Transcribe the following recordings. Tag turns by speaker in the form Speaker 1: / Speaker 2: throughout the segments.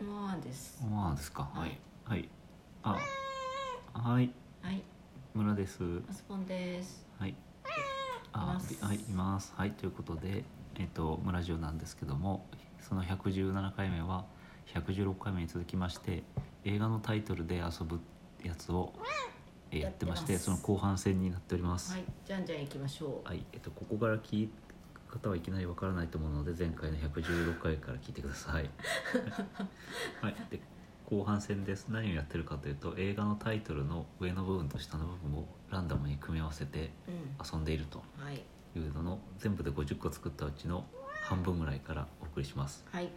Speaker 1: まあです
Speaker 2: まあですかはいはいあはい
Speaker 1: はい
Speaker 2: 村です
Speaker 1: マスポンです
Speaker 2: はいあ
Speaker 1: います
Speaker 2: はいいますはいということでえっと村ジオなんですけどもその117回目は116回目に続きまして映画のタイトルで遊ぶやつをえーやってまして
Speaker 1: やって
Speaker 2: そ
Speaker 1: ま
Speaker 2: の
Speaker 1: す
Speaker 2: 後半戦になっております
Speaker 1: はいじゃんじゃん行きましょう
Speaker 2: はい、えっと、ここから聞いた方はいきなりわからないと思うので前回の116回から聞いてください はいで後半戦です何をやってるかというと映画のタイトルの上の部分と下の部分をランダムに組み合わせて
Speaker 1: うん
Speaker 2: 遊んでいると
Speaker 1: はい
Speaker 2: いうのの全部で50個作ったうちの半分ぐらいからお送りします、
Speaker 1: はい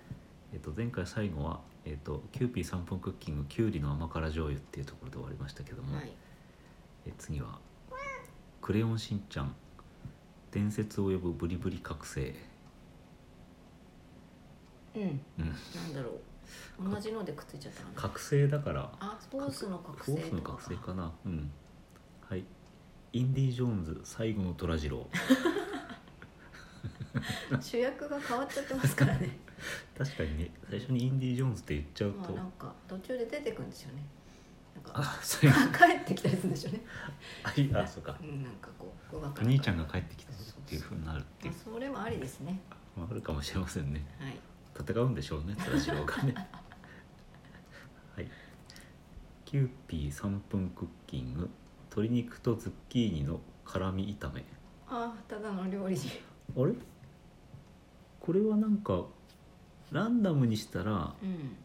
Speaker 2: えっと、前回最後は、えっと「キューピー3分クッキングきゅうりの甘辛醤油」っていうところで終わりましたけども、
Speaker 1: はい
Speaker 2: え次は「クレヨンしんちゃん伝説を呼ぶブリブリ覚醒
Speaker 1: うん」
Speaker 2: うん
Speaker 1: なんだろう同じのでくっついちゃったかな
Speaker 2: 覚醒だから
Speaker 1: あスポーツの覚
Speaker 2: フォー
Speaker 1: 醒
Speaker 2: スの
Speaker 1: とか
Speaker 2: 覚醒かなうんはい「インディ・ジョーンズ最後の虎次 郎
Speaker 1: 主役が変わっちゃってますからね」
Speaker 2: 確かにね最初に「インディ・ジョーンズ」って言 っちゃう
Speaker 1: まあ
Speaker 2: と
Speaker 1: なんか途中で出てくんですよねなんか
Speaker 2: あ最後
Speaker 1: 帰ってきたりするんでしょうね、
Speaker 2: あいやそうか
Speaker 1: うん、なんかこう語
Speaker 2: お
Speaker 1: 学
Speaker 2: 兄ちゃんが帰ってきたっていうふうになるってい
Speaker 1: ま
Speaker 2: う
Speaker 1: あ、それもありですね
Speaker 2: まああるかもしれませんね
Speaker 1: はい
Speaker 2: 戦うんでしょうね虎次郎がねはいキューピー3分クッキング鶏肉とズッキーニの辛み炒め
Speaker 1: ああただの料理人
Speaker 2: あれこれはなんかランダムにしたら
Speaker 1: うん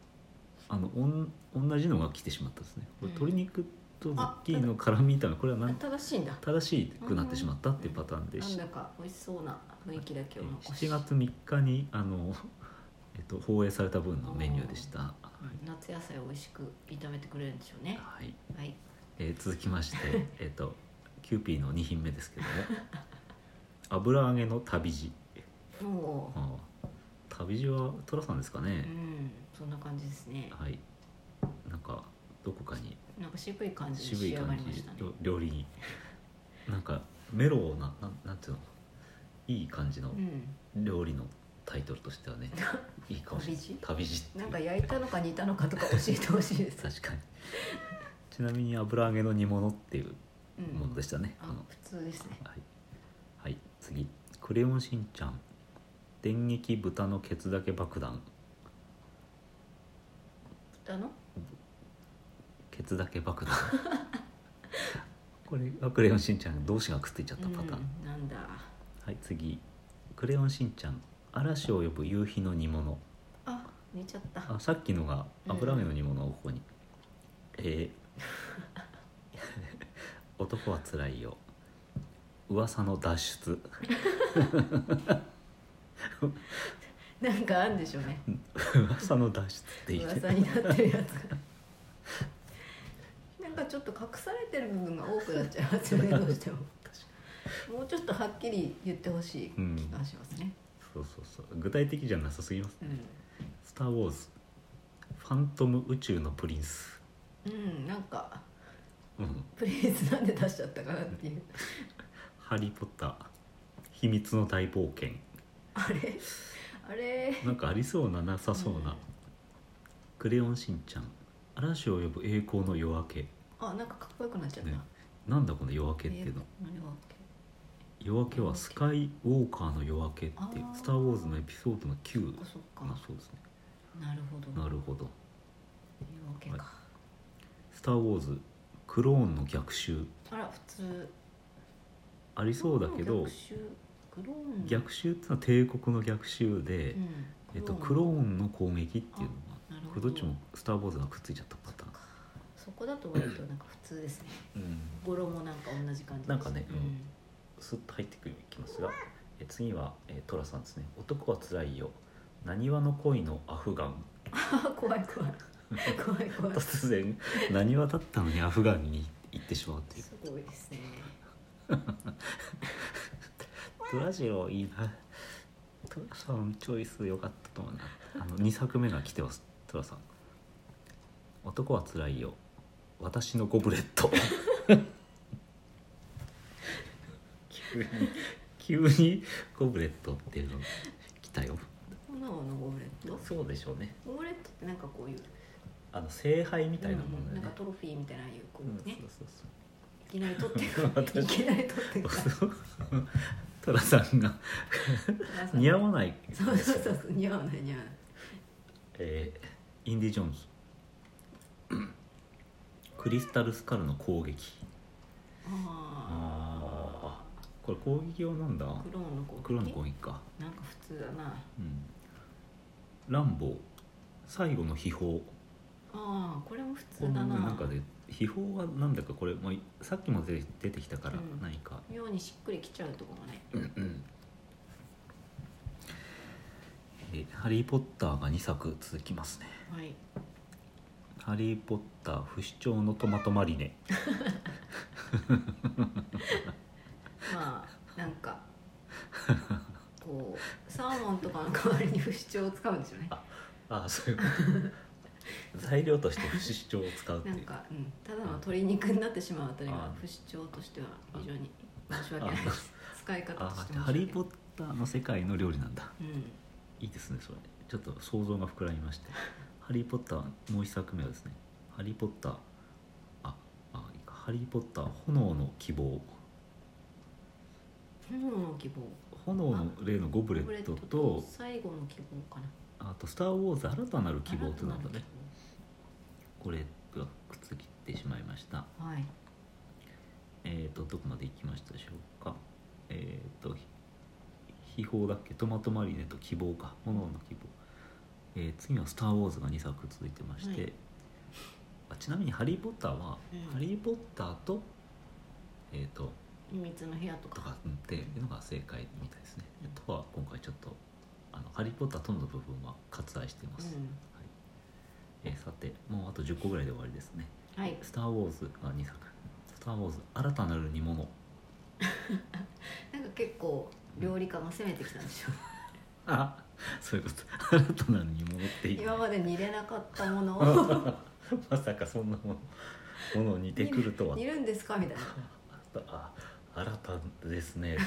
Speaker 2: あのおん同じのが来てしまったんですねこ
Speaker 1: う
Speaker 2: れ
Speaker 1: ん
Speaker 2: 鶏肉とズッキーニの辛み炒めこれはなん
Speaker 1: 正しいんだ
Speaker 2: 正しくなってしまったっていうパターンで
Speaker 1: なん
Speaker 2: し
Speaker 1: だか美味しそうな雰囲気だけを残し
Speaker 2: 7月3日にあの、えっと、放映された分のメニューでした、は
Speaker 1: うん夏野菜を美味しく炒めてくれるんでしょうね
Speaker 2: い
Speaker 1: はい
Speaker 2: えー続きま してえっとキューピーの2品目ですけども油揚げの旅路
Speaker 1: も
Speaker 2: ああ旅路は寅さんですか
Speaker 1: うう
Speaker 2: ね、
Speaker 1: んそんな感じですね
Speaker 2: はいなんかどこかに
Speaker 1: なんか渋い感じに
Speaker 2: 渋
Speaker 1: 仕
Speaker 2: い
Speaker 1: 上が
Speaker 2: 感
Speaker 1: りまし
Speaker 2: じ
Speaker 1: たね
Speaker 2: の料理になんかメロウななんなんていうのいい感じの
Speaker 1: うん
Speaker 2: 料理のタイトルとして はね、いいかもしれない旅路ってい
Speaker 1: な
Speaker 2: うん
Speaker 1: か焼いたのか煮たのかとか教えてほしいです
Speaker 2: 確かにちなみに油揚げの煮物っていう
Speaker 1: う
Speaker 2: もの
Speaker 1: ん
Speaker 2: でしたね、
Speaker 1: あ
Speaker 2: あの
Speaker 1: 普通ですね
Speaker 2: はい、はい、次「クレヨンしんちゃん電撃豚のケツだけ爆弾
Speaker 1: 豚の
Speaker 2: ケツだけ 爆弾」これが「クレヨンしんちゃん」同士がくっついちゃっ
Speaker 1: う
Speaker 2: た
Speaker 1: ん
Speaker 2: パターン、
Speaker 1: なんだ
Speaker 2: はい次「クレヨンしんちゃん嵐を呼ぶ夕日の煮物
Speaker 1: あ寝ちゃった」
Speaker 2: あさっきのが油揚げの煮物をここに、えー男はつらいよ噂の脱出
Speaker 1: なんかあるんでしょうね
Speaker 2: 噂の脱出って言って
Speaker 1: 噂になってるやつが なんかちょっと隠されてる部分が多くなっちゃいますよ ねどうしてももうちょっとはっきり言ってほしい気
Speaker 2: うん
Speaker 1: がしますね、
Speaker 2: そうそうそう具体的じゃなさすぎます
Speaker 1: うん
Speaker 2: 「スター・ウォーズ」「ファントム宇宙のプリンス
Speaker 1: うん、なんか」
Speaker 2: うん
Speaker 1: プリーズなんで出しちゃったかなっていう
Speaker 2: 「ハリー・ポッター」「秘密の大冒険
Speaker 1: あれあれ」
Speaker 2: なんかありそうななさそうな「
Speaker 1: うん
Speaker 2: クレヨンしんちゃん」「嵐を呼ぶ栄光の夜明け
Speaker 1: あなんかかっこよくなっちゃ」った、
Speaker 2: ね、なんだこの夜明けっていうの
Speaker 1: えー何があっけ
Speaker 2: 夜明けはスカイウォーカーの夜明けっていう
Speaker 1: あー
Speaker 2: 「スター・ウォーズ」のエピソードの
Speaker 1: そ
Speaker 2: 9
Speaker 1: っかそっか
Speaker 2: まあそうですね
Speaker 1: なるほど
Speaker 2: な
Speaker 1: る
Speaker 2: るほど
Speaker 1: いうわけか、
Speaker 2: はい「スター・ウォーズ」「クローンの逆襲
Speaker 1: あら普通」
Speaker 2: ありそうだけど
Speaker 1: 逆襲クローン
Speaker 2: 逆襲っていうのは帝国の逆襲で、
Speaker 1: うん
Speaker 2: えっと、クローンの攻撃っていうの
Speaker 1: なる
Speaker 2: が
Speaker 1: ほ
Speaker 2: これどっちも「スター・ウォーズ」がくっついちゃったパターン、
Speaker 1: そこだと割となんか普通ですね語呂もなんか同じ感じです
Speaker 2: なんかね
Speaker 1: う
Speaker 2: うんんスッと入っていきますがえ次は、えー、トラさんですね「男はつらいよなにわの恋のアフガン
Speaker 1: あ怖い怖い怖い」怖い
Speaker 2: 突然なにわだったのにアフガンに行ってしまうっていう
Speaker 1: すごいですね
Speaker 2: トラジロいいなトラさんチョイス良かったと思うなあの2作目が来てますトラさん「男はつらいよ私のゴブレット」 急に急にゴブレットっていうの来たよ
Speaker 1: このマオのオムレット
Speaker 2: そうでしょうね
Speaker 1: オムレットってなんかこういう
Speaker 2: あの聖杯みたいなもんだ
Speaker 1: な
Speaker 2: よ
Speaker 1: んか
Speaker 2: ね、
Speaker 1: トロフィーみたいなああいうこ
Speaker 2: う
Speaker 1: うんね、
Speaker 2: そうそう
Speaker 1: いきなり取ってく
Speaker 2: 私
Speaker 1: いきなり取ってくか
Speaker 2: そう寅さんが
Speaker 1: ら
Speaker 2: 似合わない
Speaker 1: そうそうそうそう似合わない似合わない
Speaker 2: えーインディ・ジョーンズ クリスタル・スカルの攻撃
Speaker 1: あ
Speaker 2: ああこれ攻撃用なんだ
Speaker 1: あクローンの攻撃
Speaker 2: 黒の攻撃か
Speaker 1: なんか普通だな
Speaker 2: うんランボー最後の秘宝
Speaker 1: ああこれも普
Speaker 2: こ
Speaker 1: 通
Speaker 2: の
Speaker 1: だな
Speaker 2: なんかで秘宝はなんだかこれもうさっきも出て出てきたから
Speaker 1: うん
Speaker 2: 何か、
Speaker 1: 妙にしっくりきちゃうとこもね
Speaker 2: うんうんえハリー・ポッター」が2作続きますね
Speaker 1: はい
Speaker 2: 「ハリー・ポッター不死鳥のトマトマリネ」
Speaker 1: まあなんかこうサーモンとかの代わりに不死鳥を使うんですよね
Speaker 2: ああそういうこと 材料として不死鳥を使うってい
Speaker 1: な
Speaker 2: うん
Speaker 1: か、うん、ただの鶏肉になってしまうあたり
Speaker 2: あ
Speaker 1: が
Speaker 2: ー
Speaker 1: 不死鳥としては非常に申し訳ないです使い方
Speaker 2: あ
Speaker 1: として
Speaker 2: あハリー・ポ
Speaker 1: ッ
Speaker 2: ッターの世界の料理なんだ
Speaker 1: うん
Speaker 2: いいですねそれちょっと想像が膨らみま して「ハリー・ポッター」もう一作目はですね「ハリー・ポッター」ああいいかハリー・ポッター炎の希望」
Speaker 1: 本能の希望
Speaker 2: 炎の例のゴブレ
Speaker 1: ブレ
Speaker 2: ッ
Speaker 1: ッ
Speaker 2: ト
Speaker 1: ド
Speaker 2: と
Speaker 1: と最後の希望かな
Speaker 2: あと「スター・ウォーズ新たなる希望」ってなんだ
Speaker 1: 新たなる
Speaker 2: ねこれがくっつきってしまいました
Speaker 1: 希望はい
Speaker 2: えー、とどこまで行きましたでしょうかえっ、ー、とひ秘宝だっけトマトマリネと希望か炎の希望、えー次は「スター・ウォーズ」が2作続いてまして、
Speaker 1: はい
Speaker 2: あちなみに「ハリー・ポッターは」
Speaker 1: うん
Speaker 2: ハリー・ポッターと」えっ、と
Speaker 1: 秘密の部屋と
Speaker 2: と
Speaker 1: か
Speaker 2: かうんっていうのが正解みたいですねあとは今回ちょっとあの「ハリー・ポッター」との部分は割愛していま
Speaker 1: う
Speaker 2: す、
Speaker 1: ん
Speaker 2: はいえーさてもうあと10個ぐらいで終わりですね
Speaker 1: はい
Speaker 2: スター・ウォーズが2作。スター・ウォーズ新たなる煮物。
Speaker 1: なんか結構料理家が攻めてきたんでしょ
Speaker 2: あ、そういうこと。新たなる煮物っていいね。
Speaker 1: 今まで煮れなかったものを
Speaker 2: まさかそんなものものを似てくるとは
Speaker 1: 煮。るんですかみたいな
Speaker 2: あ、新たですね。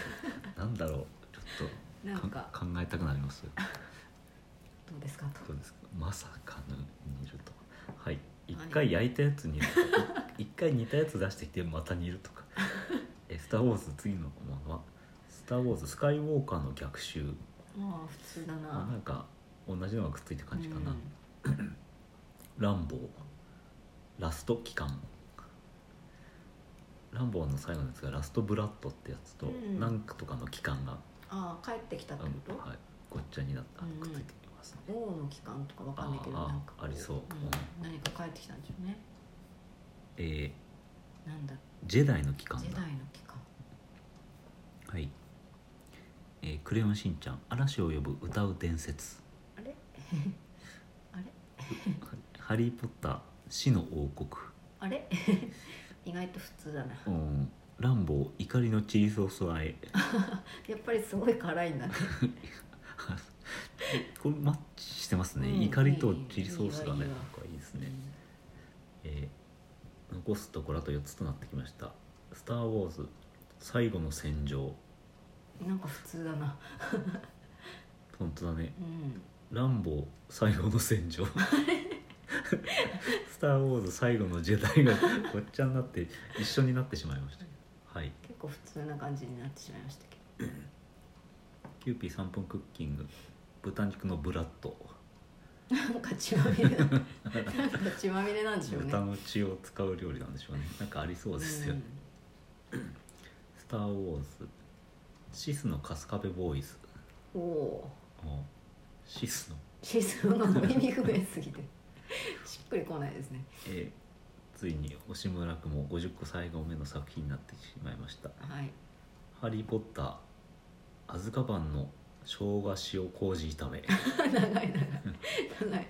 Speaker 2: なんだろう。ちょっ
Speaker 1: な
Speaker 2: と
Speaker 1: んか
Speaker 2: か考えたくなります。
Speaker 1: どうですかと
Speaker 2: どうですか。まさかの煮るとは。はい。一
Speaker 1: 何
Speaker 2: 回焼いたやつ煮るとか。 い一回煮たやつ出してきてまた煮るとか。え、スター・ウォーズ次のものは。スター・ウォーズスカイ・ウォーカーの逆襲。
Speaker 1: まあ普通だ
Speaker 2: あな
Speaker 1: なん
Speaker 2: か同じのがくっついた感じかな、
Speaker 1: うん
Speaker 2: ランボーラスト期間ランボーの最後のやつがラストブラッドってやつと、
Speaker 1: うん
Speaker 2: なんかとかの期間が、
Speaker 1: ああ帰ってきたってこ
Speaker 2: うんはい、ごっちゃになった、
Speaker 1: うん
Speaker 2: くっついてきますね
Speaker 1: と王の期間とかわかんないけど
Speaker 2: あー
Speaker 1: なんかこ
Speaker 2: ありそうん
Speaker 1: 何か帰ってきたんでしょうね
Speaker 2: えー
Speaker 1: なんだ
Speaker 2: ジェダイの期間
Speaker 1: 時
Speaker 2: だ
Speaker 1: 代の期間
Speaker 2: はい、えークレヨンしんちゃん嵐を呼ぶ歌う伝説
Speaker 1: あれ あれ
Speaker 2: ハリー・ポッター死の王国
Speaker 1: あれ 意外と普通だな
Speaker 2: うんランボー怒りのチリソース和え
Speaker 1: やっぱりすごい辛いんだね
Speaker 2: これマッチしてますね、
Speaker 1: うん
Speaker 2: 怒りとチリソースがね
Speaker 1: いいいい
Speaker 2: なんかいいですね、
Speaker 1: う
Speaker 2: えー残すところあと4つとなってきました「スター・ウォーズ最後の戦場
Speaker 1: んなんか普通だな」
Speaker 2: 本当だね
Speaker 1: うん
Speaker 2: 「ランボー最後の戦場」「スター・ウォーズ最後のジェダイ」がごっちゃになって一緒になってしまいましたけどはい
Speaker 1: 結構普通な感じになってしまいましたけど
Speaker 2: キューピー3分クッキング豚肉のブラッド
Speaker 1: なんか血まみれ なんか血まみれなんでしょうね
Speaker 2: 豚の血を使う料理なんでしょうねなんかありそうですよね、スター・ウォーズシスの春日部ボーイズ
Speaker 1: うんおー
Speaker 2: あシスの、
Speaker 1: シスの意味不明すぎて しっくりこないですね
Speaker 2: えーついに押村くも50個最後目の作品になってしまいました
Speaker 1: はい
Speaker 2: 「ハリー・ポッター」「アズカバンの生姜塩麹炒 め
Speaker 1: 長い長い長い」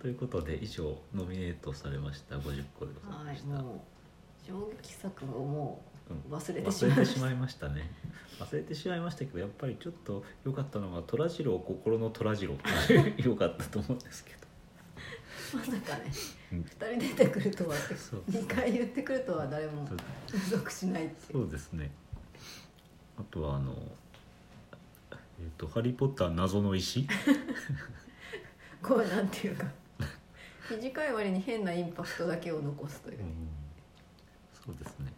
Speaker 2: ということで以上ノミネートされました50個でござい
Speaker 1: は
Speaker 2: ま
Speaker 1: い
Speaker 2: した、
Speaker 1: もう衝撃作をも
Speaker 2: うん
Speaker 1: う忘れてし
Speaker 2: 忘
Speaker 1: まい
Speaker 2: れ
Speaker 1: ま
Speaker 2: て
Speaker 1: し
Speaker 2: したまいましたね忘れてしまいましたけどやっぱりちょっと良かったのが虎次郎心の虎 次郎って良かったと思うんですけど
Speaker 1: まさかね
Speaker 2: うん
Speaker 1: 2人出てくるとはって
Speaker 2: そう
Speaker 1: 2回言ってくるとは誰も
Speaker 2: そう
Speaker 1: 予測しないっていう
Speaker 2: そうですねあとはあのえっと「ハリー・ポッター謎の石
Speaker 1: こうなんていうか短い割に変なインパクトだけを残すとい」う、
Speaker 2: そうですね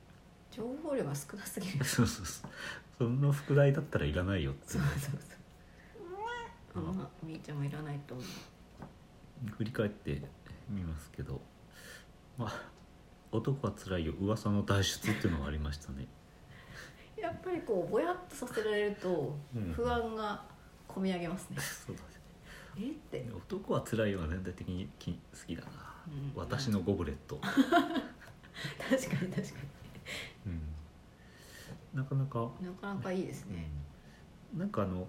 Speaker 1: 情報量が少なすぎる
Speaker 2: そうそうそうその副題だったらいらないよって
Speaker 1: そうそうそう
Speaker 2: あ
Speaker 1: まあみーちゃんもいらないと思う
Speaker 2: 振り返ってみますけどまあ「男はつらいよ噂の脱出」っていうのがありましたね
Speaker 1: やっぱりこうぼやっとさせられると
Speaker 2: うん
Speaker 1: 不安がこみ上げますね、
Speaker 2: そうだね
Speaker 1: えって
Speaker 2: 男はつらいよは全体的にき好きだな、
Speaker 1: うん
Speaker 2: 私のゴブレット、
Speaker 1: 確かに確か
Speaker 2: うんなかなか、
Speaker 1: になかなかいいですね、
Speaker 2: うんなんかあの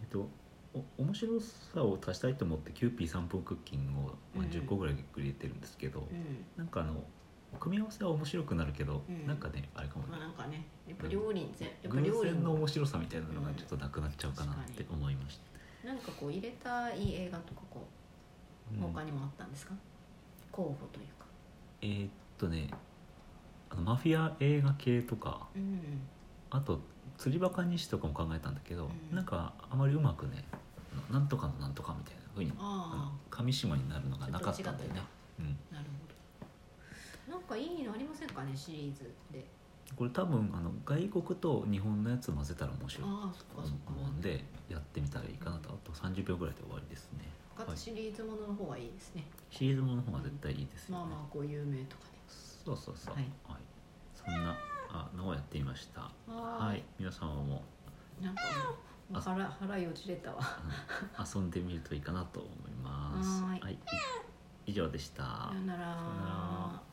Speaker 2: えっとお面白さを足したいと思ってキューピー3分クッキングをま
Speaker 1: う
Speaker 2: あ
Speaker 1: ん
Speaker 2: 10個ぐらい入れてるんですけど、
Speaker 1: うん
Speaker 2: なんかあの組み合わせは面白くなるけど、
Speaker 1: うん
Speaker 2: なんかねあれかもね
Speaker 1: まあなんかねやっぱ料理ぜやっぱ
Speaker 2: 偶
Speaker 1: 料理
Speaker 2: 然の
Speaker 1: も
Speaker 2: 面白さみたいなのがちょっとなくなっちゃうかなって思いました、
Speaker 1: なんかこう入れたいい映画とかこう
Speaker 2: うん
Speaker 1: 他にもあったんですか、候補というか
Speaker 2: えーっとねあのマフィア映画系とか
Speaker 1: うん
Speaker 2: あと釣りバカ西とかも考えたんだけど、
Speaker 1: うん
Speaker 2: なんかあまりうまくねあのなんとかのなんとかみたいな風に
Speaker 1: あ
Speaker 2: 紙島になるのがなかったんだよ
Speaker 1: ち
Speaker 2: ね
Speaker 1: ょっ、
Speaker 2: うん、
Speaker 1: あなるほどなんかいいのありませんかねシリーズで
Speaker 2: これ多分あの外国と日本のやつ混ぜたら面白いと
Speaker 1: ああそっかそっか
Speaker 2: 思うんでやってみたらいいかなとあと30秒ぐらいで終わりですね、
Speaker 1: か
Speaker 2: はい
Speaker 1: つシリーズものの方がいいですね、
Speaker 2: シリーズものの方が絶対いいですよ
Speaker 1: まあ
Speaker 2: ね、
Speaker 1: まあこう有名とかね
Speaker 2: そうそうそう
Speaker 1: はい
Speaker 2: はい、そんなあのをやっていました
Speaker 1: はーい
Speaker 2: はい皆様も
Speaker 1: なんかもう腹腹よじれたわ
Speaker 2: あの遊んでみるといいかなと思います
Speaker 1: はーい
Speaker 2: はい、い以上でした
Speaker 1: さよな
Speaker 2: さよな
Speaker 1: ら
Speaker 2: ら